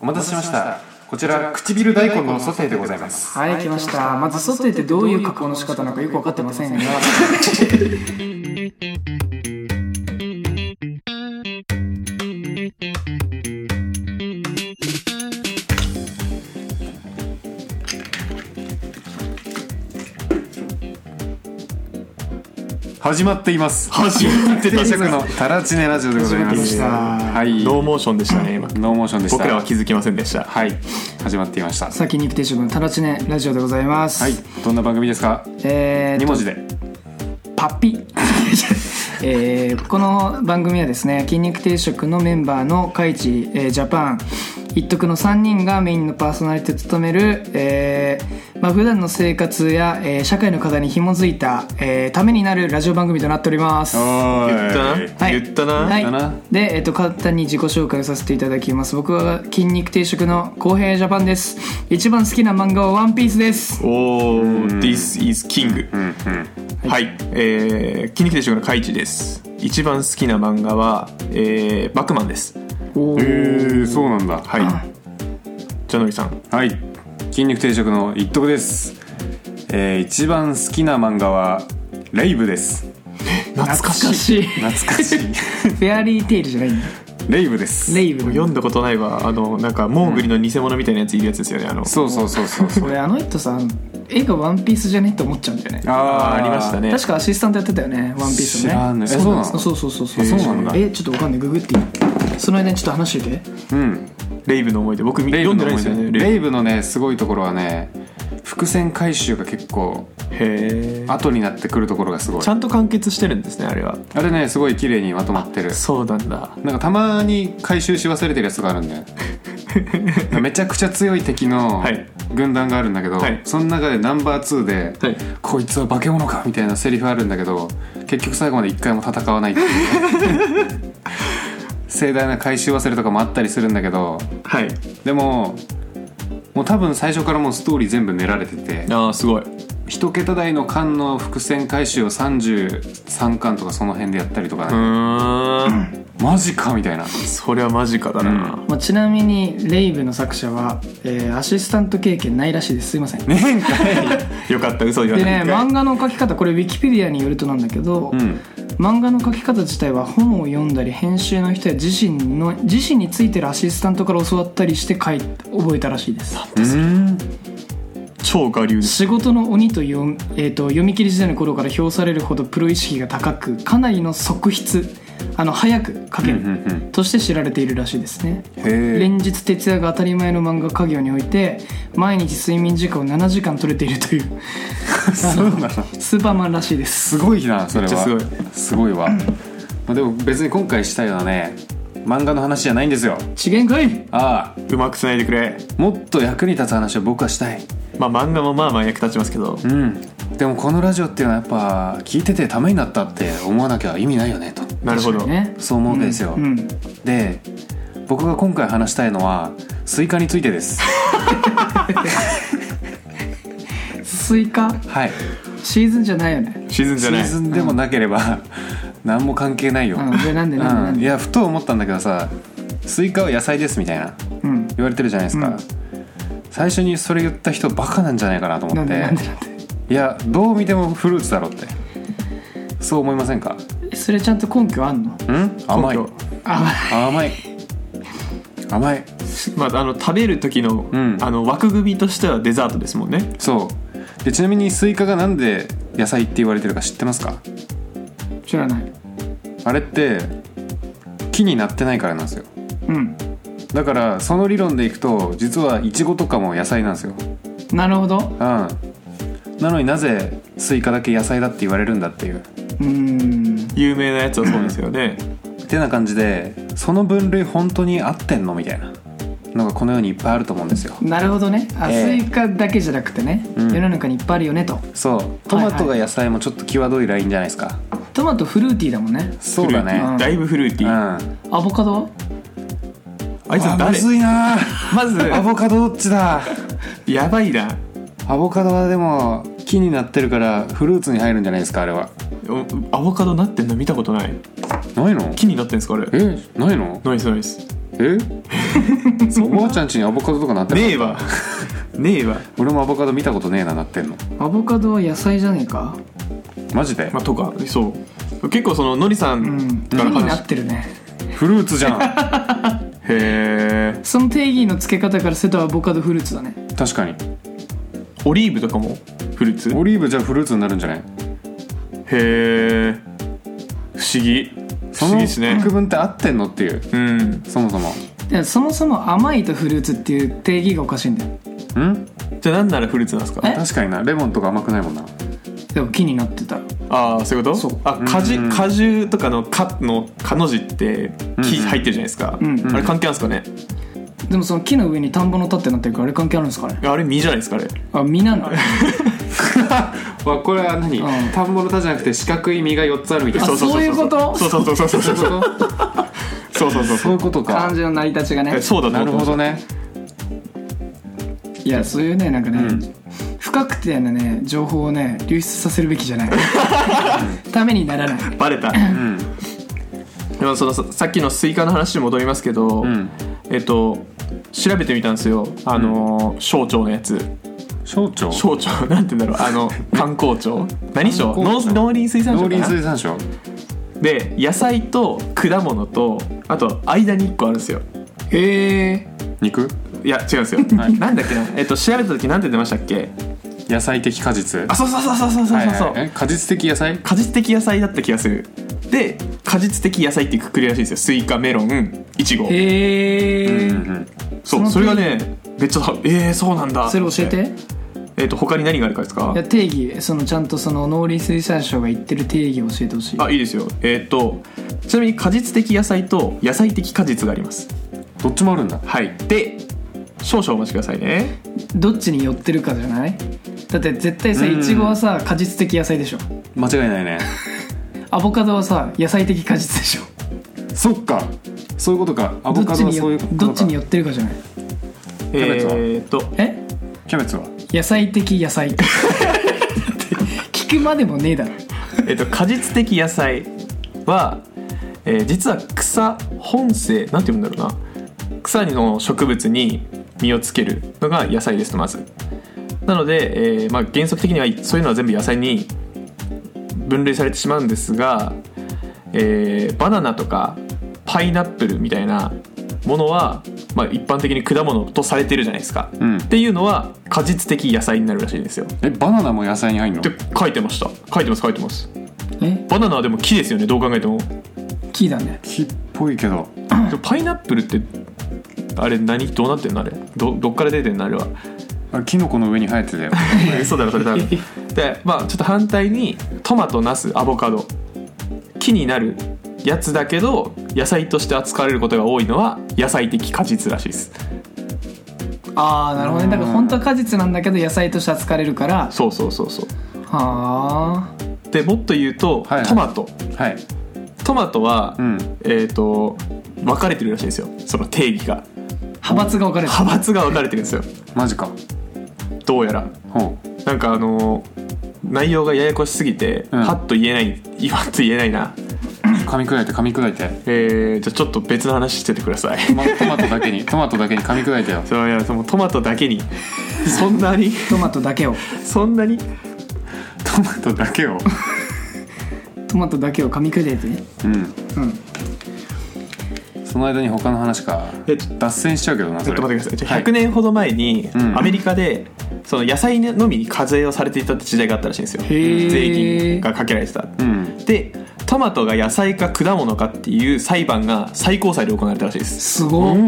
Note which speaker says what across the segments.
Speaker 1: お待たせしましたこちら唇大根のソテーでございます
Speaker 2: はい来ましたまずソテーってどういう加工の仕方なのかよく分かってませんが
Speaker 1: 始まっています
Speaker 3: 始まってた
Speaker 1: 定食のタラチネラジオでございま
Speaker 2: 始まってまし
Speaker 1: す
Speaker 2: た
Speaker 1: はい
Speaker 3: ノ
Speaker 1: ノ
Speaker 3: ーモーションでしたね今
Speaker 1: ーモーションでした
Speaker 3: 僕らは気づきませんでした
Speaker 1: はい始まっていましたは
Speaker 2: さっき肉定食のタラチネラジオでございます、
Speaker 1: いどんな番組ですか
Speaker 2: えー
Speaker 1: 二
Speaker 2: と
Speaker 1: 文字で
Speaker 2: パ ッピえーこの番組はですね筋肉定食のメンバーのカイチ、えージャパン一徳の3人がメインのパーソナリティを務める、えーまあ普段の生活や、えー社会の課題に紐づいた、えーためになるラジオ番組となっております
Speaker 3: 言ったな、
Speaker 2: はい
Speaker 3: 言ったな、
Speaker 2: はい
Speaker 1: だな、
Speaker 2: で、えっと、簡単に自己紹介をさせていただきます僕は筋肉定食の浩平ジャパンです一番好きな漫画は「ワンピースです
Speaker 3: おー This is King、
Speaker 1: うんうん
Speaker 3: はい、えー、筋肉定食のカイチです一番好きな漫画は、えー、バックマンです
Speaker 2: お
Speaker 1: え
Speaker 2: ー
Speaker 1: ー、そうなんだ
Speaker 3: はいじゃのりさん
Speaker 1: はい筋肉定食の一徳です、えー、一番好きな漫画はレイブです
Speaker 3: 懐かしい
Speaker 2: 懐かしい
Speaker 1: 懐かし い
Speaker 2: フェアリーテイルじゃないんだ
Speaker 1: レイブです
Speaker 2: レイブ
Speaker 3: 読んだことないわあのなんかモーグリの偽物みたいなやついるやつですよねあの
Speaker 1: そうそうそうそうそう
Speaker 2: 俺あの人さ絵が「ワンピースじゃねって思っちゃうんだよね
Speaker 1: あ
Speaker 3: あーありましたね
Speaker 2: 確かアシスタントやってたよね「ワンピース
Speaker 1: 知
Speaker 2: ね
Speaker 1: らんねえ
Speaker 2: そうなんです
Speaker 1: そ
Speaker 2: そうそうそうそう
Speaker 1: へーそうなんだ
Speaker 2: えちょっとわかんないググっていいその間にちょっと話してて
Speaker 1: うん
Speaker 3: レイブの思い出僕み
Speaker 1: レイ
Speaker 3: 読
Speaker 1: ブ
Speaker 3: んで
Speaker 1: の
Speaker 3: ないん
Speaker 1: 思
Speaker 3: で
Speaker 1: い
Speaker 3: す
Speaker 1: 出
Speaker 3: よね
Speaker 1: レ
Speaker 3: イ
Speaker 1: イブのねすごいところはね伏線回収が結構
Speaker 3: ブへえ
Speaker 1: 後になってくるところがすごい
Speaker 3: ちゃんと完結してるんですねあれは
Speaker 1: あれねすごい綺麗にまとまってる
Speaker 3: そうなんだ
Speaker 1: なんかたまに回収し忘れてるやつがある んだよめちゃくちゃ強い敵の
Speaker 3: はい
Speaker 1: 軍団があるんだけど、
Speaker 3: はい
Speaker 1: その中でナンバー2で、
Speaker 3: はい
Speaker 1: こいつは化け物かみたいなセリフあるんだけど結局最後まで一回も戦わないっていう ね盛大な回収忘れとかもあったりするんだけど
Speaker 3: はい
Speaker 1: でももう多分最初からもうストーリー全部練られてて
Speaker 3: ああすごい
Speaker 1: 一桁台の巻の伏線回収を33巻とかその辺でやったりとか
Speaker 3: う
Speaker 1: ね、
Speaker 3: ーん
Speaker 1: マジかみたいな
Speaker 3: そりゃマジかだな、
Speaker 2: まあ、ちなみにレイブの作者は、えーアシスタント経験ないらしいですすいません
Speaker 1: ねえんか
Speaker 3: よかった嘘言わ
Speaker 2: で
Speaker 3: な
Speaker 2: ね
Speaker 3: い
Speaker 2: 漫画の描き方これウィキペディアによるとなんだけど、
Speaker 1: うん
Speaker 2: 漫画の描き方自体は本を読んだり編集の人や自身の自身についてるアシスタントから教わったりして書い覚えたらしいです
Speaker 1: うん
Speaker 3: 超我流です
Speaker 2: 仕事の鬼と読,、えーと読み切り時代の頃から評されるほどプロ意識が高くかなりの側筆あの早く書ける、
Speaker 1: うんうんうん
Speaker 2: として知られているらしいですね
Speaker 1: へえ
Speaker 2: 連日徹夜が当たり前の漫画家業において毎日睡眠時間を7時間取れているという
Speaker 1: そうなの
Speaker 2: スーパーマンらしいです
Speaker 1: すごいなそれは
Speaker 3: めっちゃすごい
Speaker 1: すごいわ、まあ、でも別に今回したいのはね漫画の話じゃないんですよ
Speaker 2: 資源かいう
Speaker 1: ああ
Speaker 3: うまくつないでくれ
Speaker 1: もっと役に立つ話を僕はしたい
Speaker 3: まあ漫画もまあまあ役立ちますけど
Speaker 1: うんでもこのラジオっていうのはやっぱ聞いててためになったって思わなきゃ意味ないよねと
Speaker 3: なるほど、
Speaker 2: ね
Speaker 1: そう思うわけですよ、
Speaker 2: うん
Speaker 1: で僕が今回話したいのはスイカについてです
Speaker 2: スイカ
Speaker 1: はい
Speaker 2: シーズンじゃないよね
Speaker 3: シーズンじ
Speaker 1: シ
Speaker 3: ゃない
Speaker 1: ーズンでもなければ 何も関係ないよ、
Speaker 2: うんでなんでなんでなん
Speaker 1: うんい
Speaker 2: で
Speaker 1: やふと思ったんだけどさスイカは野菜ですみたいな
Speaker 2: うん
Speaker 1: 言われてるじゃないですか、最初にそれ言った人バカなんじゃないかなと思
Speaker 2: な
Speaker 1: っ
Speaker 2: んで
Speaker 1: て
Speaker 2: なんでなんで
Speaker 1: いやどう見てもフルーツだろってそう思いませんか
Speaker 2: えそれちゃんと根拠あんの
Speaker 1: うん甘い
Speaker 3: 根拠
Speaker 2: あ
Speaker 1: 甘い甘い
Speaker 3: まあ、あの食べる時の,、
Speaker 1: うん
Speaker 3: あの枠組みとしてはデザートですもんね
Speaker 1: そうでちなみにスイカがなんで野菜って言われてるか知ってますか
Speaker 2: 知らない
Speaker 1: あれって木になってないからなんですよ
Speaker 2: うん
Speaker 1: だからその理論でいくと実はイチゴとかも野菜なんですよ
Speaker 2: なるほど
Speaker 1: うんなのになぜスイカだけ野菜だって言われるんだっていう
Speaker 2: うーん
Speaker 3: 有名なやつはそうですよね
Speaker 1: ってな感じでその分類本当に合ってんのみたいなのがこの世にいっぱいあると思うんですよ
Speaker 2: なるほどねあ、
Speaker 1: ええ
Speaker 2: スイカだけじゃなくてね、
Speaker 1: うん
Speaker 2: 世の中にいっぱいあるよねと
Speaker 1: そうトマトが野菜もちょっと際どいラインじゃないですか、
Speaker 2: トマトフルーティーだもんね
Speaker 1: そうだ
Speaker 3: フルーティー
Speaker 1: ね
Speaker 3: だいぶフルーテ
Speaker 1: う
Speaker 3: ィ
Speaker 1: ん
Speaker 3: ー、
Speaker 1: あ
Speaker 2: アボカドは
Speaker 3: あいつは
Speaker 1: む
Speaker 3: 誰
Speaker 1: ずいな
Speaker 3: まず
Speaker 1: アボカドどっちだ
Speaker 3: やばいな
Speaker 1: アボカドはでも木になってるからフルーツに入るんじゃないですかあれは
Speaker 3: おアボカドなってんの見たことない
Speaker 1: ないの
Speaker 3: 木になってんすかあれ
Speaker 1: えないの
Speaker 3: ノイスノイス
Speaker 1: えおばあちゃん家にアボカドとかなってる
Speaker 3: ねえわねえわ
Speaker 1: 俺もアボカド見たことねえななってんの
Speaker 2: アボカドは野菜じゃねえか
Speaker 1: マジで
Speaker 3: まあとかそう結構そののりさ
Speaker 2: うんん
Speaker 3: から
Speaker 2: にな
Speaker 3: 話、
Speaker 2: ってるね
Speaker 1: フルーツじ ゃん
Speaker 3: へえ
Speaker 2: その定義の付け方からするとアボカドフルーツだね
Speaker 1: 確かに
Speaker 3: オリーブとかもフルーツ
Speaker 1: オリーブじゃあフルーツになるんじゃない
Speaker 3: へえ不思議不
Speaker 1: そ
Speaker 3: 思議
Speaker 1: の
Speaker 3: ですね
Speaker 1: 区分って合ってんのっていう
Speaker 3: うん
Speaker 1: そもそも
Speaker 2: でそもそも甘いとフルーツっていう定義がおかしいんだよ
Speaker 1: うん
Speaker 3: じゃあ何ならフルーツなんですか
Speaker 2: え
Speaker 1: 確かになレモンとか甘くないもんな
Speaker 2: でも木になってたら
Speaker 3: ああそういうことあ果
Speaker 1: う
Speaker 3: 汁
Speaker 1: ん
Speaker 3: 果汁とかの「か」の「か」の字って
Speaker 1: うん
Speaker 3: 木入ってるじゃないですか、
Speaker 2: うんうん
Speaker 3: あれ関係あるんですかね
Speaker 2: でもその木の上に田んぼの立ってなってるからあれ関係あるんですかね
Speaker 3: あれ実じゃないですかあれ
Speaker 2: あ実 なの
Speaker 1: わこれは何、
Speaker 2: うん
Speaker 1: 田んぼの田じゃなくて四角い実が4つあるみたいな
Speaker 2: あそういうこと
Speaker 3: そうそうそうそうそうそうそ
Speaker 1: そういうこと
Speaker 3: うそうそう
Speaker 1: そういうこと
Speaker 2: 漢
Speaker 1: か
Speaker 2: 字の成り立ちがね
Speaker 3: えそうだ
Speaker 1: なるほど
Speaker 3: ね
Speaker 1: ね
Speaker 2: いやそういうねなんかね、
Speaker 1: うん
Speaker 2: 不確定なね情報をね流出させるべきじゃ ないためにならない
Speaker 3: バレた
Speaker 1: うん
Speaker 3: でもそのささっきのスイカの話に戻りますけど、
Speaker 1: うん
Speaker 3: えっと調べてみたんですよあのー、省庁のやつ
Speaker 1: 省庁
Speaker 3: 省庁なんて言うんだろう あの観光庁何省
Speaker 1: 観光
Speaker 3: 農
Speaker 1: 庁
Speaker 3: 農林水産省
Speaker 1: 農
Speaker 3: かな
Speaker 1: 林水産省
Speaker 3: で野菜と果物とあと間に1個あるんですよ
Speaker 2: へえ
Speaker 1: 肉
Speaker 3: いや違うんですよ、
Speaker 1: はい
Speaker 3: なんだっけなえっと調べた時なんて出ましたっけ
Speaker 1: 野菜的果実
Speaker 3: あそうそうそうそうそうそうそう、
Speaker 1: はいはいえ果実的野菜
Speaker 3: 果実的野菜だった気がするで果実的野菜っていうくくりらしいですよスイカメロンいちご
Speaker 2: へえ、
Speaker 1: うん
Speaker 3: そうそ
Speaker 2: そ
Speaker 3: れ
Speaker 2: の
Speaker 3: がねめっちゃえー、そうなんだ
Speaker 2: それ教えて
Speaker 3: えっと他に何があるかですか
Speaker 2: いや定義そのちゃんとその農林水産省が言ってる定義を教えてほしい
Speaker 3: あいいですよえっとちなみに果実的野菜と野菜的果実があります
Speaker 1: どっちもあるんだ
Speaker 3: はいで少々お待ちくださいね
Speaker 2: どっちに寄ってるかじゃないだって絶対さ
Speaker 1: うん
Speaker 2: いちごはさ果実的野菜でしょ
Speaker 1: 間違いないね
Speaker 2: アボカドはさ野菜的果実でしょ
Speaker 1: そっかそういうことかアボ
Speaker 2: ど
Speaker 1: カ
Speaker 2: っち
Speaker 1: ドは
Speaker 2: によ
Speaker 1: そういうことか
Speaker 2: どっちに寄ってるかじゃない
Speaker 3: え
Speaker 1: ベツは
Speaker 3: ー、っと
Speaker 2: え
Speaker 1: キャベツは
Speaker 2: 野菜的野菜聞くまでもねえだろ
Speaker 3: えっと果実的野菜は、えー実は草本性なんて言うんだろうな草の植物に実をつけるのが野菜ですとまずなので、えーまあ、原則的にはそういうのは全部野菜に分類されてしまうんですが、えーバナナとかパイナップルみたいなものは、まあ、一般的に果物とされてるじゃないですか、
Speaker 1: うん
Speaker 3: っていうのは果実的野菜になるらしいんですよ
Speaker 1: えバナナも野菜に入んの
Speaker 3: って書いてました書いてます書いてます
Speaker 2: え
Speaker 3: バナナはでも木ですよねどう考えても
Speaker 2: 木だね
Speaker 1: 木っぽいけど
Speaker 3: でもパイナップルってあれ何どうなってんのあれどどっから出てんのあれは
Speaker 1: あれキノコの上に生えてたよ
Speaker 3: 嘘だろそれ多分でまあちょっと反対にトマトナスアボカド木になるやつだけど野菜として扱われることが多いのは野菜的果実らしいです
Speaker 2: ああなるほどねだから本当は果実なんだけど野菜として扱われるからは
Speaker 3: そうそうそうそう
Speaker 2: あ
Speaker 3: でもっと言うと、
Speaker 1: はいはい
Speaker 3: トマト
Speaker 1: はい
Speaker 3: トマトは、
Speaker 1: うん
Speaker 3: えっ、と分かれてるらしいんですよその定義が
Speaker 2: 派閥が分かれてる
Speaker 3: 派閥が分かれてるんですよ
Speaker 1: マジか
Speaker 3: どうやら
Speaker 1: ほ
Speaker 3: なんかあの内容がややこしすぎて、
Speaker 1: うん
Speaker 3: パッと言えない言わっと言えないな
Speaker 1: う噛み砕いて噛み砕いて
Speaker 3: えー、じゃあちょっと別の話しててください
Speaker 1: トマトマトだけにトマトだけに噛み砕いてよ
Speaker 3: そういやそのトマトだけ にそんなに
Speaker 2: トマトだけを
Speaker 3: そんなに
Speaker 1: トマトだけを
Speaker 2: トマトだけを噛み砕いてね
Speaker 1: うん
Speaker 2: うん
Speaker 1: その間に他の話か
Speaker 3: えちょ
Speaker 1: 脱線しちゃうけどな
Speaker 3: ち
Speaker 1: そ
Speaker 3: ょっ
Speaker 1: れ
Speaker 3: と待ってくださいじゃあ
Speaker 1: はい
Speaker 3: 100年ほど前に
Speaker 1: うん
Speaker 3: アメリカでその野菜のみに課税をされていたって時代があったらしいんですよ
Speaker 2: ー
Speaker 3: 税金がかけられてた
Speaker 1: うん
Speaker 3: でトマトが野菜か果物かっていう裁判が最高裁で行われたらしいです
Speaker 2: すごい、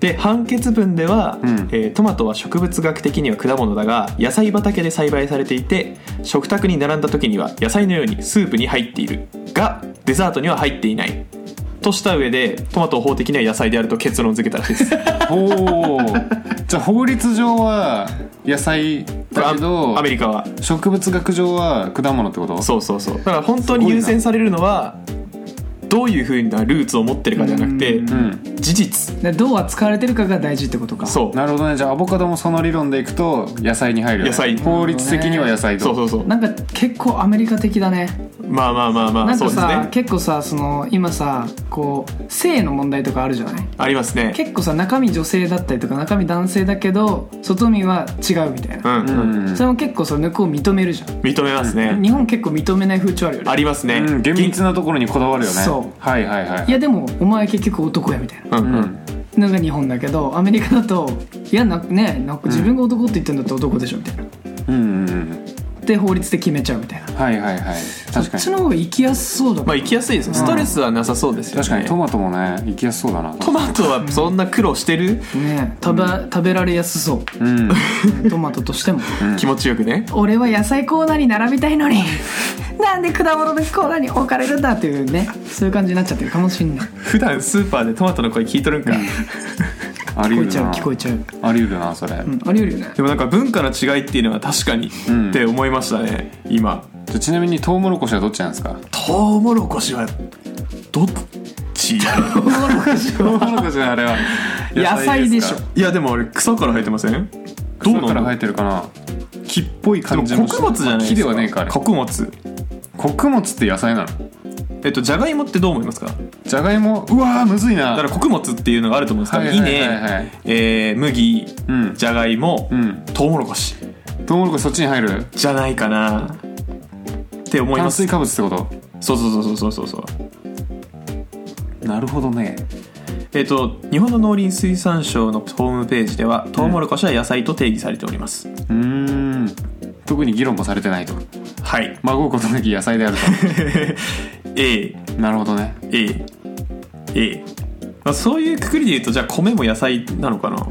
Speaker 3: で判決文では、
Speaker 1: うん
Speaker 3: えートマトは植物学的には果物だが野菜畑で栽培されていて食卓に並んだ時には野菜のようにスープに入っているがデザートには入っていないとした上でトマトを法的には野菜であると結論付けたらしい です
Speaker 1: ほうじゃあ法律上は野菜だけど
Speaker 3: アメリカは
Speaker 1: 植物学上は果物ってこと
Speaker 3: そうそうそうだから本当に優先されるのはどういうふうなルーツを持ってるかじゃなくて
Speaker 2: うん
Speaker 1: うん
Speaker 3: 事実
Speaker 2: でどう扱われてるかが大事ってことか
Speaker 3: そう
Speaker 1: なるほどねじゃあアボカドもその理論でいくと野菜に入るよね
Speaker 3: 野菜
Speaker 1: 法律的には野菜と
Speaker 3: そうそうそう
Speaker 2: なんか結構アメリカ的だね
Speaker 3: まあまあまあま
Speaker 2: な
Speaker 3: あ
Speaker 2: ん
Speaker 3: そ
Speaker 2: か
Speaker 3: うです
Speaker 2: さ、
Speaker 3: ね
Speaker 2: 結構さその今さこう性の問題とかあるじゃない
Speaker 3: ありますね
Speaker 2: 結構さ中身女性だったりとか中身男性だけど外見は違うみたいな、
Speaker 3: うん、う、
Speaker 1: うんん
Speaker 2: それも結構さ向こう認めるじゃん
Speaker 3: 認めますね、
Speaker 2: 日本結構認めない風潮あるよね
Speaker 3: ありますね、
Speaker 1: うん厳密なところにこだわるよね
Speaker 2: そう
Speaker 1: はいはいはい
Speaker 2: いやでもお前結局男やみたいな
Speaker 3: うん
Speaker 1: う
Speaker 3: うん
Speaker 1: ん
Speaker 2: のが日本だけどアメリカだといやなねなんか自分が男って言ってんだったら男でしょみたいな
Speaker 1: うんうん
Speaker 2: で法律で決めちゃうみたいな
Speaker 1: はいはいはい確か
Speaker 2: そ
Speaker 1: に
Speaker 2: っちの方が行きやすそうだ
Speaker 3: まあ
Speaker 2: あ、
Speaker 3: 行きやすいですねストレスはなさそうですよね
Speaker 1: 確かにトマトもね行きやすそうだな
Speaker 3: トマトはそんな苦労してる、
Speaker 2: ね食べ食べられやすそ
Speaker 1: う
Speaker 2: う
Speaker 1: ん
Speaker 2: うんトマトとしても
Speaker 1: うん
Speaker 3: 気持ちよくね
Speaker 2: 俺は野菜コーナーに並びたいのになんで果物のコーナーに置かれるんだっていうねそういう感じになっちゃってるかもしんない
Speaker 3: 普段スーパーでトマトの声聞いとるんか、
Speaker 1: あり得る
Speaker 2: 聞こえちゃう
Speaker 1: な
Speaker 2: 聞こえちゃう、
Speaker 1: あり得るなそれ
Speaker 2: うん、あり得るよね
Speaker 3: でもなんか文化の違いっていうのは確かに
Speaker 1: ん
Speaker 3: って思いましたね、今
Speaker 1: じゃあちなみにトウモロコシはどっちなんですか
Speaker 3: トウモロコシはどっちやろ
Speaker 1: トウモロコシはあれは
Speaker 2: 野菜でしょ
Speaker 1: か
Speaker 3: いやでもあれ草から生えてませんどう
Speaker 1: どうか
Speaker 3: な
Speaker 1: ら
Speaker 3: ん
Speaker 1: 生え
Speaker 3: だ
Speaker 1: てるかな木っぽい
Speaker 3: でも
Speaker 1: 感じも
Speaker 3: 穀物じゃない
Speaker 1: 木で
Speaker 3: で
Speaker 1: すは
Speaker 3: か
Speaker 1: ねえかあれ
Speaker 3: 穀物
Speaker 1: 穀物って野菜なの
Speaker 3: えっとじゃがいもってどう思いますか
Speaker 1: じゃがいもうわーむずいな
Speaker 3: だから穀物っていうのがあると思うんですか
Speaker 1: は
Speaker 3: ら、
Speaker 1: いはいはいはい
Speaker 3: 稲、えー麦
Speaker 1: うん
Speaker 3: じゃがいも、
Speaker 1: うん
Speaker 3: トウモロコシ
Speaker 1: トウモロコシそっちに入る
Speaker 3: じゃないかなって思いま
Speaker 1: 炭
Speaker 3: す
Speaker 1: 水化物ってこと
Speaker 3: そうそうそうそうそうそう
Speaker 1: なるほどね
Speaker 3: えっ、と日本の農林水産省のホームページではトウモロコシは野菜と定義されております、
Speaker 1: うーん特に議論もされてないと
Speaker 3: はい
Speaker 1: まごうことなき野菜である
Speaker 3: A
Speaker 1: と なるほどね
Speaker 3: A A まあ、そういうくくりで言うとじゃあ米も野菜なのかな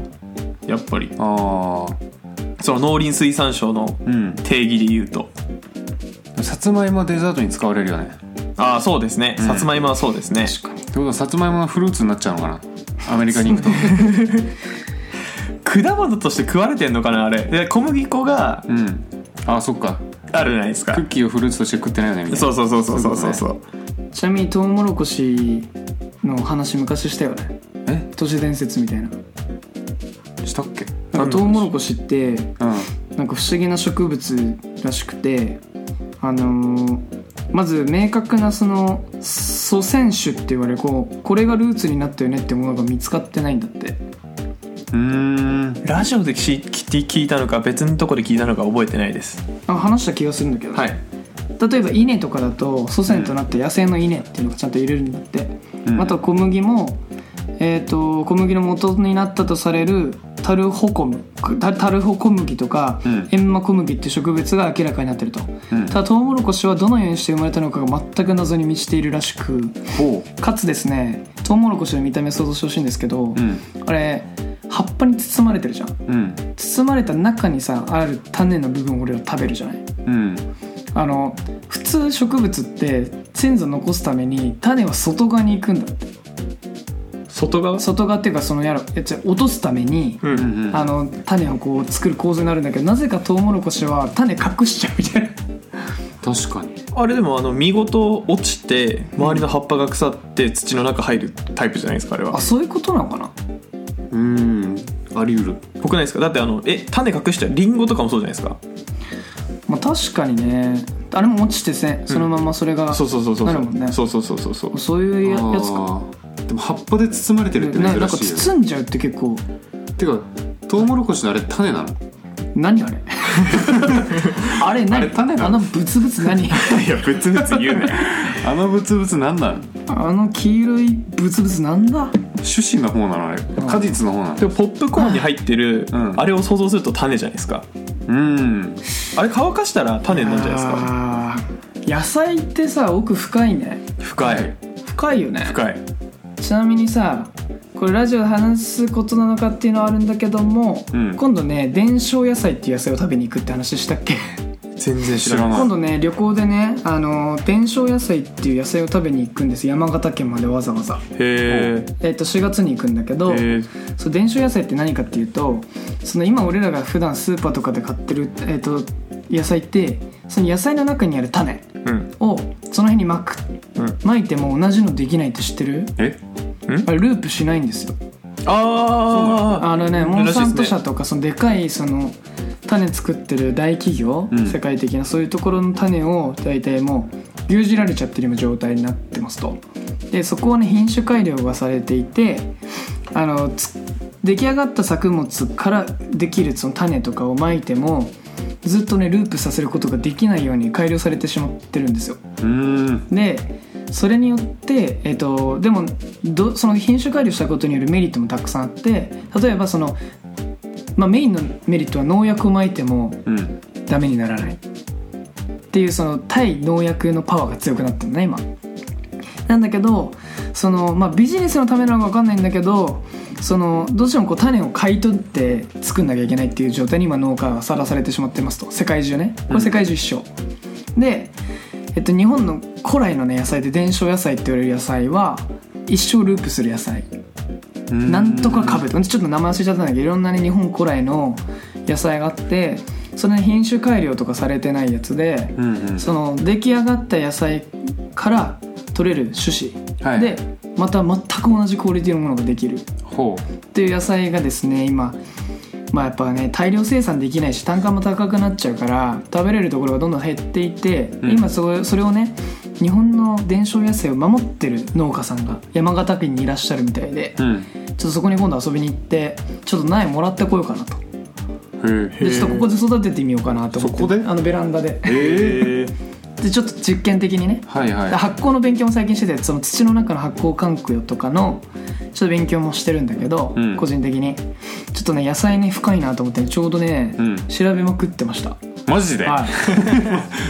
Speaker 3: やっぱり
Speaker 1: ああ
Speaker 3: その農林水産省の
Speaker 1: うん
Speaker 3: 定義で言うと
Speaker 1: さつまいもはデザートに使われるよね
Speaker 3: ああそうですねさつまいもはそうですね、
Speaker 1: ってことはさつまいもがフルーツになっちゃうのかなアメリカに行くと
Speaker 3: 果物として食われてんのかなあれで小麦粉が
Speaker 1: うんあそっか
Speaker 3: あるじゃないですか
Speaker 1: クッキーをフルーツとして食ってないよねみたいな
Speaker 3: そうそうそうそうそうそう
Speaker 1: そ
Speaker 3: そう
Speaker 2: ちなみにトウモロコシの話昔したよね
Speaker 1: え
Speaker 2: 都市伝説みたいな
Speaker 1: したっけ
Speaker 2: なんかトウモロコシって
Speaker 1: う
Speaker 2: なんか不思議な植物らしくてあのーまず明確なその祖先種って言われるこうこれがルーツになったよねってものが見つかってないんだって
Speaker 1: んうーん
Speaker 3: ラジオで聞聞聞いたのか別のとこで聞いたのか覚えてないです
Speaker 2: あ話した気がするんだけど、
Speaker 3: はい
Speaker 2: 例えば稲とかだと祖先となった野生の稲っていうのがちゃんと入れるんだって、
Speaker 1: うん
Speaker 2: あと小麦も、えー、と小麦の元になったとされるタルホコムタタルホ小麦とか、
Speaker 1: うん
Speaker 2: エンマ小麦って植物が明らかになってると、
Speaker 1: うん
Speaker 2: ただトウモロコシはどのようにして生まれたのかが全く謎に満ちているらしく
Speaker 1: ほ
Speaker 2: かつですねトウモロコシの見た目想像してほしいんですけど、
Speaker 1: ううん
Speaker 2: あれ葉っぱに包まれてるじゃん
Speaker 1: うん
Speaker 2: 包まれた中にさある種の部分を俺ら食べるじゃない
Speaker 1: うん
Speaker 2: あの普通植物って先祖残すために種は外側に行くんだって
Speaker 3: 外側
Speaker 2: 外側っていうかそのやろえ違う落とすために、
Speaker 3: うん、
Speaker 1: うんうん
Speaker 2: あの種をこう作る構造になるんだけどなぜかトウモロコシは種隠しちゃうみたいな
Speaker 1: 確かに
Speaker 3: あれでもあの見事落ちて周りの葉っぱが腐って土の中入るタイプじゃないですかあれは
Speaker 2: あそういうことなのかな
Speaker 1: うんあり得る
Speaker 3: 僕ないですかだってあのえ種隠してリンゴとかもそうじゃないですか
Speaker 2: まあ確かにねあれも落ちてせそのままそれが、
Speaker 3: そうそうそうそう
Speaker 2: な
Speaker 3: そ
Speaker 2: る
Speaker 3: う、
Speaker 2: もんね
Speaker 3: そうそうそうそうそう
Speaker 2: そういうややつ
Speaker 1: あ
Speaker 2: か
Speaker 1: ーでも葉っぱで包まれてるって珍
Speaker 2: ななんか
Speaker 1: しいよね
Speaker 2: 包んじゃうって結構
Speaker 1: てかトウモロコシのあれ種 なの
Speaker 2: 何 あれあれ何
Speaker 1: あれ種なの
Speaker 2: あのブツブツ何
Speaker 3: いやぶつぶつ言うね
Speaker 1: あのブツブツ何なの
Speaker 2: あの黄色いブツブツなんだ
Speaker 1: 種子の方なのあれ果実の方なの
Speaker 3: でもポップコーンに入ってる、
Speaker 1: うん
Speaker 3: あれを想像すると種じゃないですか
Speaker 1: うん
Speaker 3: あれ乾かしたら種なんじゃないですか
Speaker 2: あー野菜ってさ奥深いね
Speaker 3: 深い
Speaker 2: 深いよね
Speaker 3: 深い
Speaker 2: ちなみにさこれラジオで話すことなのかっていうのはあるんだけども、
Speaker 1: うん
Speaker 2: 今度ね伝承野菜っていう野菜を食べに行くって話したっけ
Speaker 3: 全然知ら
Speaker 1: 知ら
Speaker 3: ない
Speaker 1: ない
Speaker 2: 今度ね旅行でねあの伝承野菜っていう野菜を食べに行くんです山形県までわざわざ、
Speaker 3: へ
Speaker 2: えっと4月に行くんだけど、
Speaker 3: え
Speaker 2: その伝承野菜って何かっていうとその今俺らが普段スーパーとかで買ってる、えっと野菜ってその野菜の中にある種
Speaker 3: うん
Speaker 2: をその辺に巻く、
Speaker 3: うん
Speaker 2: 巻いても同じのできないって知ってる
Speaker 1: え
Speaker 2: あれループしないんですよ
Speaker 3: ああ
Speaker 2: あのねモンサント社とかそのでかいその種作ってる大企業、
Speaker 1: うん
Speaker 2: 世界的なそういうところの種を大体もう牛耳られちゃってるような状態になってますとでそこをね品種改良がされていてあのつ出来上がった作物からできるその種とかをまいてもずっとねループさせることができないように改良されてしまってるんですよ
Speaker 1: うーん
Speaker 2: でそれによって、えっとでもどその品種改良したことによるメリットもたくさんあって例えばその、まあ、メインのメリットは農薬をまいても
Speaker 1: うん
Speaker 2: ダメにならないっていうその対農薬のパワーが強くなったんだね今なんだけどその、まあ、ビジネスのためなのか分かんないんだけどそのどうしてもこう種を買い取って作んなきゃいけないっていう状態に今農家はさらされてしまってますと世界中ねこれ世界中一緒、で、えっと、日本の古来のね野菜で伝承野菜って言われる野菜は一生ループする野菜
Speaker 1: うん
Speaker 2: なんとか株とかちょっと名前忘れちゃったんだけどいろんなね日本古来の野菜があってそれ品種改良とかされてないやつで
Speaker 1: うんうん
Speaker 2: その出来上がった野菜から取れる種子
Speaker 1: はい
Speaker 2: でまた全く同じクオリティのものができるっ
Speaker 1: ほ
Speaker 2: ていう野菜がですね今まあやっぱね大量生産できないし単価も高くなっちゃうから食べれるところがどんどん減っていって
Speaker 1: うん
Speaker 2: 今それそれをね日本の伝承野菜を守ってる農家さんが山形県にいらっしゃるみたいで
Speaker 1: ううん
Speaker 2: ちょっとそこに今度遊びに行ってちょっと苗もらってこようかなと
Speaker 1: へ
Speaker 2: でちょっとここで育ててみようかなと思って
Speaker 1: そこで
Speaker 2: あのベランダで
Speaker 1: ええー
Speaker 3: え
Speaker 2: でちょっと実験的にね
Speaker 1: はいはい
Speaker 2: で発酵の勉強も最近しててその土の中の発酵環境とかのちょっと勉強もしてるんだけど、
Speaker 1: うん
Speaker 2: 個人的にちょっとね野菜ね深いなと思ってね、ちょうどね、
Speaker 1: うん
Speaker 2: 調べまくってました、
Speaker 1: マジで
Speaker 2: は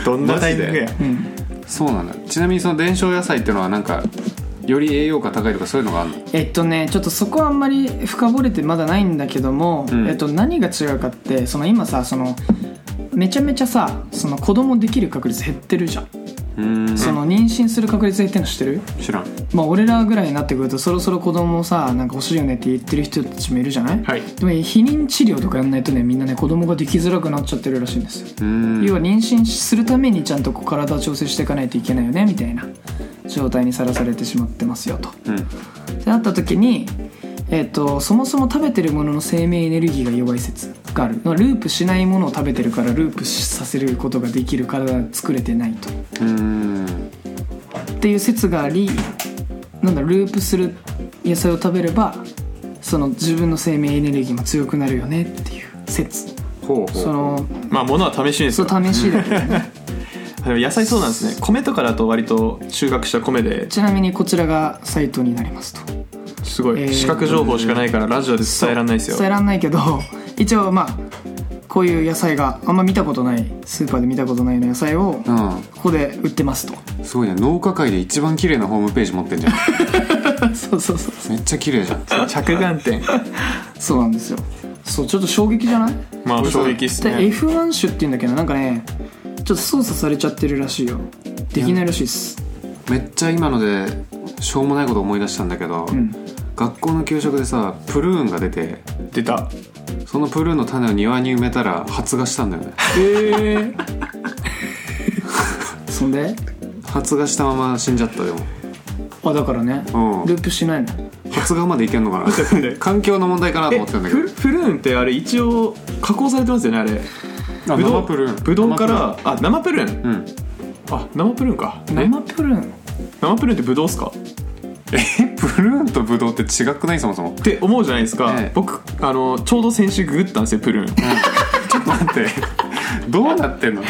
Speaker 3: どんなタイミングや
Speaker 1: マ
Speaker 2: いうん、
Speaker 1: そうなんだちなみにその伝承野菜っていうのはなんかより栄養価高いとかそういうのがあるの
Speaker 2: えっとねちょっとそこはあんまり深掘れてまだないんだけども、
Speaker 1: うん
Speaker 2: えっと、何が違うかってその今さそのめちゃめちゃさその子供できる確率減ってるじゃん、
Speaker 1: うーん
Speaker 2: その妊娠する確率減ってるの知ってる
Speaker 1: 知らん
Speaker 2: まあ俺らぐらいになってくるとそろそろ子供さなんか欲しいよねって言ってる人たちもいるじゃない、
Speaker 3: はい
Speaker 2: でも避妊治療とかやんないとねみんなね子供ができづらくなっちゃってるらしいんですよ、
Speaker 1: うーん
Speaker 2: 要は妊娠するためにちゃんとこう体を調整していかないといけないよねみたいな状態にさらされてしまってますよと
Speaker 1: うん
Speaker 2: ってなった時に、えー、とそもそも食べてるものの生命エネルギーが弱い説があるまあループしないものを食べてるからループさせることができる体が作れてないと
Speaker 1: うーん
Speaker 2: っていう説がありなんだループする野菜を食べればその自分の生命エネルギーも強くなるよねっていう説
Speaker 1: ほうほう
Speaker 2: その
Speaker 3: まあ物は試しです
Speaker 2: そ
Speaker 3: よ
Speaker 2: う試しだ けどね
Speaker 3: でも野菜そうなんですね米とかだと割と収穫した米で
Speaker 2: ちなみにこちらがサイトになりますと
Speaker 3: すご
Speaker 2: えー
Speaker 3: い視覚情報しかないからラジオで伝えられないですよ
Speaker 2: 伝えらんないけど一応まあこういう野菜があんま見たことないスーパーで見たことないような野菜をこ
Speaker 1: う
Speaker 2: こで売ってますと
Speaker 1: んすごいね農家界で一番綺麗なホームページ持ってん じゃん
Speaker 2: そうそうそう
Speaker 1: めっちゃ綺麗じゃん
Speaker 3: 着眼点
Speaker 2: そうなんですよそうちょっと衝撃じゃない
Speaker 3: まあ衝撃っす
Speaker 2: で
Speaker 3: ね
Speaker 2: F1 種っていうんだけどなんかねちょっと操作されちゃってるらしいよできないらしいっす
Speaker 1: めっちゃ今のでしょうもないこと思い出したんだけど、
Speaker 2: うん
Speaker 1: 学校の給食でさプルーンが出て
Speaker 3: 出た
Speaker 1: そのプルーンの種を庭に埋めたら発芽したんだよね
Speaker 2: ええそんで
Speaker 1: 発芽したまま死んじゃったで
Speaker 2: あだからね
Speaker 1: もう
Speaker 2: ル
Speaker 1: ん
Speaker 2: ープしないの
Speaker 1: 発芽までいけんのか な環境の問題かなと
Speaker 3: え
Speaker 1: 思ってたんだけど
Speaker 3: フフルーンってあれ一応加工されてますよねあれ
Speaker 1: あ
Speaker 3: ぶど
Speaker 1: 生
Speaker 3: う
Speaker 1: プルーン
Speaker 3: ぶどうからあ生プルーン
Speaker 1: うん
Speaker 3: あ生プルーンかえ
Speaker 2: 生プルーン
Speaker 3: 生プルーンってぶどうっすか
Speaker 1: えプルーンとブドウって違くないそもそも
Speaker 3: って思うじゃないですか、
Speaker 1: ええ
Speaker 3: 僕あのちょうど先週ググったんですよプルーン
Speaker 1: ちょっと待ってどうなってんの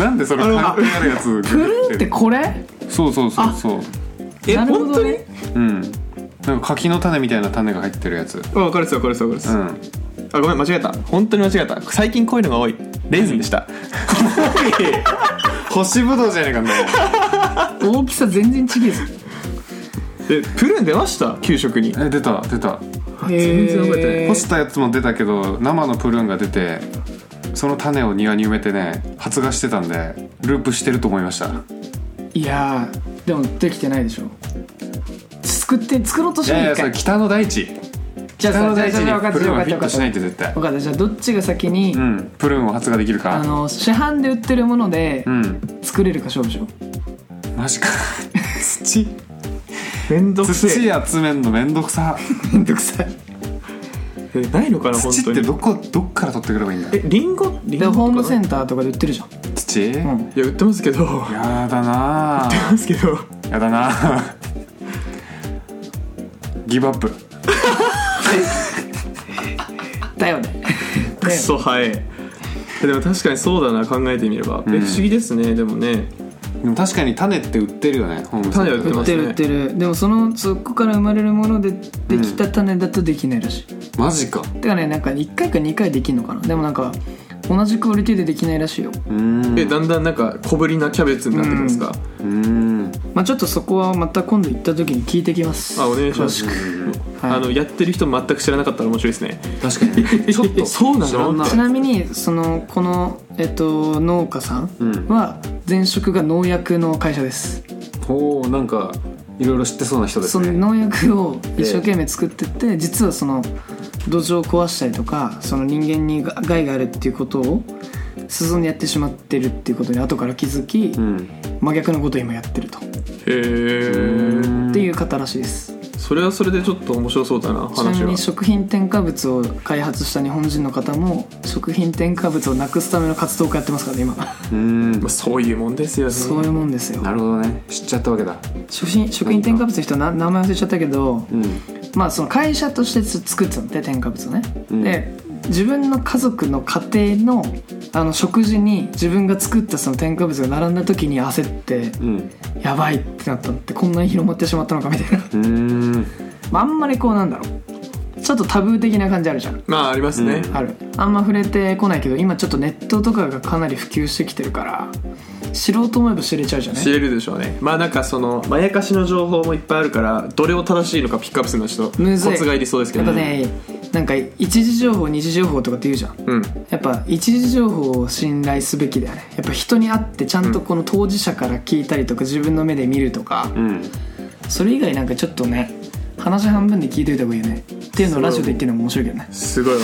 Speaker 1: なんでその関係あるやつググ
Speaker 2: プルーン
Speaker 1: っ
Speaker 2: ってて
Speaker 1: る
Speaker 2: これ
Speaker 1: そうそうそうそう
Speaker 3: え
Speaker 2: なるほ
Speaker 3: 本
Speaker 2: ど
Speaker 3: 当に
Speaker 2: ね
Speaker 1: うんなんか柿の種みたいな種が入ってるやつ
Speaker 3: あ分かるっす分かるっす分かるっす、
Speaker 1: うん
Speaker 3: あごめん間違えた本当に間違えた最近こういうのが多いレーズンでした
Speaker 1: 干しぶどうじゃねえかんだよ
Speaker 2: 大きさ全然違えぞ
Speaker 3: でプルーン出ました給食に
Speaker 1: え出た出た
Speaker 3: 全然覚えてない
Speaker 2: へー
Speaker 1: 干したやつも出たけど生のプルーンが出てその種を庭に埋めてね発芽してたんでループしてると思いました
Speaker 2: いやーでもできてないでしょ作って作ろうとし
Speaker 1: い
Speaker 2: ない
Speaker 1: やい
Speaker 2: 一
Speaker 1: やそれ
Speaker 2: 回
Speaker 1: 北の大地
Speaker 2: じゃあ
Speaker 1: 北の
Speaker 2: さ
Speaker 1: 大地
Speaker 2: じゃあ
Speaker 1: に
Speaker 2: じゃあ分かっ
Speaker 1: プ
Speaker 2: た
Speaker 1: ルーン
Speaker 2: 分
Speaker 1: は
Speaker 2: かっ
Speaker 1: フ
Speaker 2: た
Speaker 1: ィッ
Speaker 2: 分か
Speaker 1: ト
Speaker 2: っ
Speaker 1: したないって絶対
Speaker 2: 分かったじゃあどっちが先に、
Speaker 1: うんプルーンを発芽できるか
Speaker 2: あの市販で売ってるもので
Speaker 1: うん
Speaker 2: 作れるか勝負しよう
Speaker 1: マジか 土
Speaker 3: めんどく
Speaker 1: 土
Speaker 3: せえ
Speaker 1: 集めんのめんどくさ
Speaker 2: めんどくさい
Speaker 3: えないのかな本
Speaker 1: 土
Speaker 3: 当
Speaker 1: って
Speaker 3: に
Speaker 1: どこどっから取ってくればいいんだ
Speaker 3: えリンゴリン
Speaker 2: で
Speaker 3: ゴ
Speaker 2: ホーム
Speaker 3: ン
Speaker 2: センターとかで売ってるじゃん
Speaker 1: 土ち、
Speaker 2: うん
Speaker 3: いや売ってますけど売って
Speaker 1: やだなぁ
Speaker 3: ますけど
Speaker 1: やだなぁギブアップ
Speaker 2: だよね
Speaker 3: くっそ早いでも確かにそうだな考えてみれば、
Speaker 1: ん
Speaker 3: え不思議ですねでもね
Speaker 1: でも確かに種って売ってるよねホームセンターで
Speaker 3: 種は売って
Speaker 2: 売
Speaker 3: ま
Speaker 2: っ
Speaker 3: す
Speaker 2: て
Speaker 3: ね
Speaker 2: る売ってるでもそのそこから生まれるものでできた種だとできないらしい、
Speaker 1: マジか
Speaker 2: だからねなんか1回か2回できんのかなでもなんか同じクオリティでできないらしいよ
Speaker 1: うーん
Speaker 3: えだんだんなんか小ぶりなキャベツになってくるんですか、
Speaker 1: うーん
Speaker 2: まあちょっとそこはまた今度行った時に聞いてきます
Speaker 3: あお願いします
Speaker 2: 詳くはい
Speaker 3: あのやってる人全く知らなかったら面白いですね
Speaker 1: 確かにねちょっ と
Speaker 3: そうなの
Speaker 1: 知らんな
Speaker 2: ちなみにそのこの、えっと、農家さん
Speaker 1: うん
Speaker 2: は前職が農薬の会社です、
Speaker 1: おおなんかいろいろ知ってそうな人です
Speaker 2: そ
Speaker 1: ね
Speaker 2: の農薬を一生懸命作ってって、実はその土壌を壊したりとかその人間にが害があるっていうことを進んでやってしまってるっていうことに後から気づき、
Speaker 1: うん
Speaker 2: 真逆のことを今やってると、
Speaker 3: へえ
Speaker 2: っていう方らしいです
Speaker 3: それはそれでちょっと面白そうだな
Speaker 2: ちなみ
Speaker 3: 話は
Speaker 2: に食品添加物を開発した日本人の方も食品添加物をなくすための活動家やってますからね今
Speaker 1: うーん
Speaker 3: まあ、そういうもんですよね
Speaker 2: そういうもんですよ
Speaker 1: なるほどね知っちゃったわけだ
Speaker 2: 食品食品添加物の人な名前忘れちゃったけど
Speaker 1: うん
Speaker 2: まあその会社としてつ作ってたんで添加物をね、
Speaker 1: うん
Speaker 2: で自分の家族の家庭のあの食事に自分が作ったその添加物が並んだ時に焦って
Speaker 1: うん
Speaker 2: やばいってなったのってこんなに広まってしまったのかみたいな
Speaker 1: うーん
Speaker 2: まああんまりこうなんだろうちょっとタブー的な感じあるじゃん
Speaker 3: まあありますね、
Speaker 1: うん
Speaker 2: あるあんま触れてこないけど今ちょっとネットとかがかなり普及してきてるから知ろうと思えば知れちゃうじゃない
Speaker 3: 知れるでしょうねまあなんかそのまやかしの情報もいっぱいあるからどれを正しいのかピックアップするのはちょっと
Speaker 2: むずい
Speaker 3: コツがいりそうですけ
Speaker 2: やっ
Speaker 3: ど
Speaker 2: ぱねなんか一次情報二次情報とかって言うじゃん
Speaker 3: うん
Speaker 2: やっぱ一次情報を信頼すべきだよねやっぱ人に会ってちゃんとこの当事者から聞いたりとか自分の目で見るとか
Speaker 1: うん
Speaker 2: それ以外なんかちょっとね話半分で聞いといた方がいいよねっていうのをラジオで言ってるのも面白いけどね
Speaker 3: すごい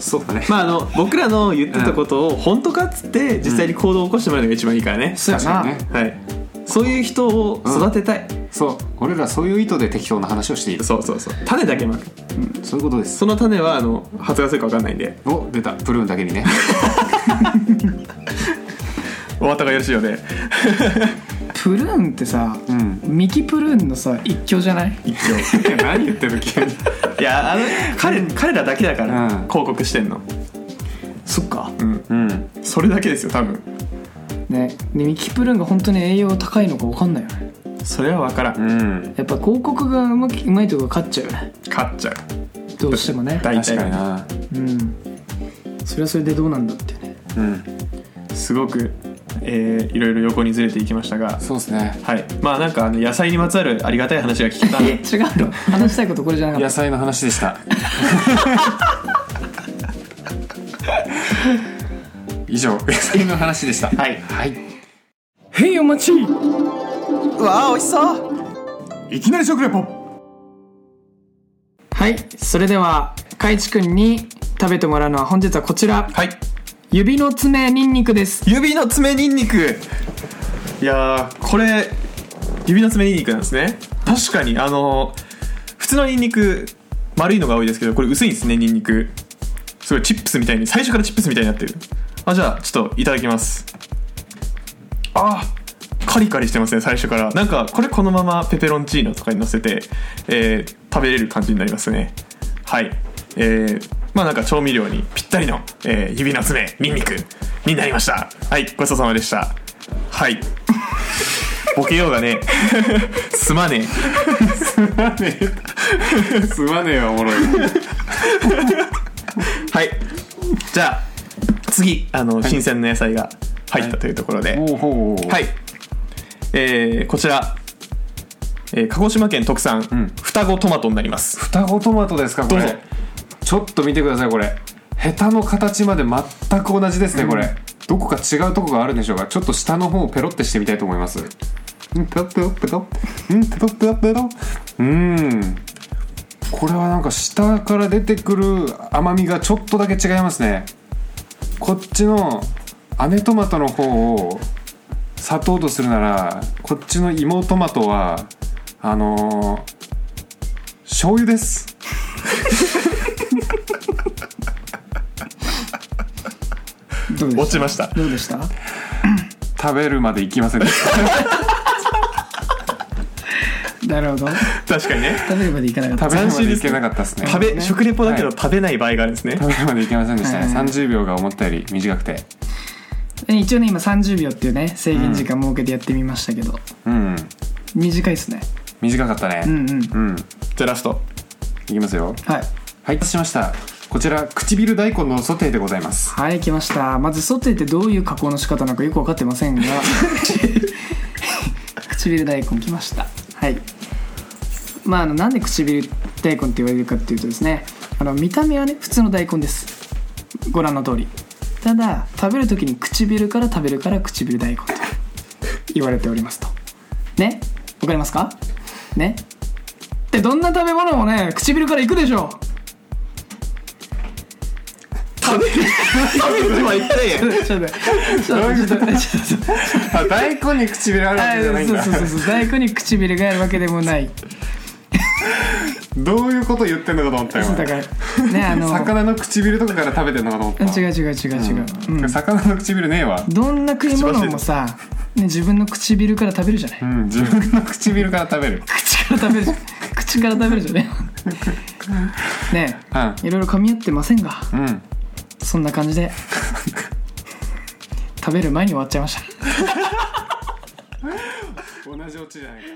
Speaker 1: そうだね
Speaker 3: まああの僕らの言ってたことを本当かっつって実際に行動を起こしてもらうのが一番いいからね、
Speaker 2: そうやな
Speaker 1: 確かにね
Speaker 3: はいそういう人を育てたい、
Speaker 1: そう俺らそういう意図で適当な話をしている
Speaker 3: そうそうそう種だけまく
Speaker 1: そういうことです
Speaker 3: その種はあの発芽するか分かんないんで
Speaker 1: お出たプルーンだけにね
Speaker 3: 終わったがよろしいよね
Speaker 2: プルーンってさ、
Speaker 1: うん
Speaker 2: ミキプルーンのさ一挙じゃない
Speaker 3: 一応
Speaker 1: いや何言ってる急に
Speaker 3: いやあの彼彼らだけだから、
Speaker 1: うん
Speaker 3: 広告してんのそっかうん
Speaker 1: うん
Speaker 3: それだけですよ多分
Speaker 2: ねでミキプルーンが本当に栄養高いのか分かんないよね
Speaker 3: それは分からん、
Speaker 1: うん
Speaker 2: やっぱ広告がうまきうまいとこが勝っちゃうよね
Speaker 3: 勝っちゃう
Speaker 2: どうしても ね
Speaker 3: 大
Speaker 1: 確かに
Speaker 3: 体
Speaker 1: な
Speaker 2: うんそれはそれでどうなんだっていうね
Speaker 1: うん
Speaker 3: すごく、えーいろいろ横にずれていきましたが
Speaker 1: そうですね
Speaker 3: はいまあなんかあの野菜にまつわるありがたい話が聞けたん
Speaker 2: え
Speaker 3: で
Speaker 2: 違うの 話したいことこれじゃなかった
Speaker 1: 野菜の話でした。以上、野菜の話でした。
Speaker 3: はい
Speaker 1: はい。
Speaker 2: へいお待ち
Speaker 3: わあ美味しそういきなり食レポ
Speaker 2: はいそれではかいちくんに食べてもらうのは本日はこちら
Speaker 3: はい
Speaker 2: 指の爪ニンニクです
Speaker 3: 指の爪ニンニクいやーこれ指の爪ニンニクなんですね確かにあの普通のニンニク丸いのが多いですけどこれ薄いんですねニンニクすごいチップスみたいに最初からチップスみたいになってるあじゃあちょっといただきますあーカリカリしてますね最初からなんかこれこのままペペロンチーノとかに乗せて、えー食べれる感じになりますねはいえー、まあなんか調味料にぴったりの、えー指の爪ニンニクになりましたはいごちそうさまでしたはい ボケようがねえすまね
Speaker 1: すまねえわ、おもろい。
Speaker 3: えはいじゃあ次あの、新鮮な野菜が入ったというところで、
Speaker 1: おうほうおう。
Speaker 3: はい。えーこちら、えー鹿児島県特産、
Speaker 1: ん
Speaker 3: 双子トマトになります。
Speaker 1: 双子トマトですか、こ
Speaker 3: どうぞ
Speaker 1: れ。ちょっと見てください、これ。ヘタの形まで全く同じですね、これ。どこか違うとこがあるんでしょうか。ちょっと下の方をペロってしてみたいと思います。うん、ペロペロペロ。うん、ペロペロペロ。うん。これはなんか下から出てくる甘みがちょっとだけ違いますねこっちの姉トマトの方を砂糖とするならこっちの妹トマトはあのー醤油です
Speaker 2: どうでした
Speaker 3: 落ちました
Speaker 2: どうでした
Speaker 1: 食べるまで行きませんでした
Speaker 2: なるほど
Speaker 3: 確かにね
Speaker 2: 食べるまでいかなかった
Speaker 1: 食べるまで行けなかったですね
Speaker 3: 食べ食レポだけど
Speaker 1: は
Speaker 3: 食べない場合があるんですね、
Speaker 1: 食べるまで行けませんでしたね、
Speaker 2: はい
Speaker 1: 30秒が思ったより短くて
Speaker 2: え一応ね今30秒っていうね制限時間設けてやってみましたけど、
Speaker 1: うん
Speaker 2: 短いですね
Speaker 1: 短かったね
Speaker 2: うんうん
Speaker 1: うん、
Speaker 3: じゃあラスト
Speaker 1: いきますよ
Speaker 2: はい
Speaker 1: はいお待たせしましたこちら唇大根のソテーでございます
Speaker 2: はい来ましたまずソテーってどういう加工の仕方なのかよく分かってませんが唇大根来ましたはいまああのなんで唇大根って言われるかっていうとですねあの見た目はね普通の大根ですご覧の通りただ食べる時に唇から食べるから唇大根と言われておりますとねわかりますかねでどんな食べ物もね唇からいくでしょう
Speaker 3: 食べる食べるとは言ったやん
Speaker 2: ちょっと待ってちょっと待ってちょっと待ってちょっと待って
Speaker 1: あ大根に唇あるわけじゃないん
Speaker 2: そう
Speaker 1: だ
Speaker 2: そうそうそう大根に唇があるわけでもない
Speaker 1: どういうこと言ってんのかと思ったよ
Speaker 2: そうだからねあ の
Speaker 1: 魚の唇とかから食べてんのかと思った
Speaker 2: 違う違う違う違う、うん
Speaker 1: 魚の唇ねえわ
Speaker 2: どんな食い物もさ、ね、自分の唇から食べるじゃない
Speaker 1: うん自分の唇から食べる
Speaker 2: 口から食べる じゃん口から食べるじゃねねえいろいろ噛み合ってませんが
Speaker 1: うんうん
Speaker 2: そんな感じ で食べる前に終わっちゃいました
Speaker 1: 同じオチじゃないか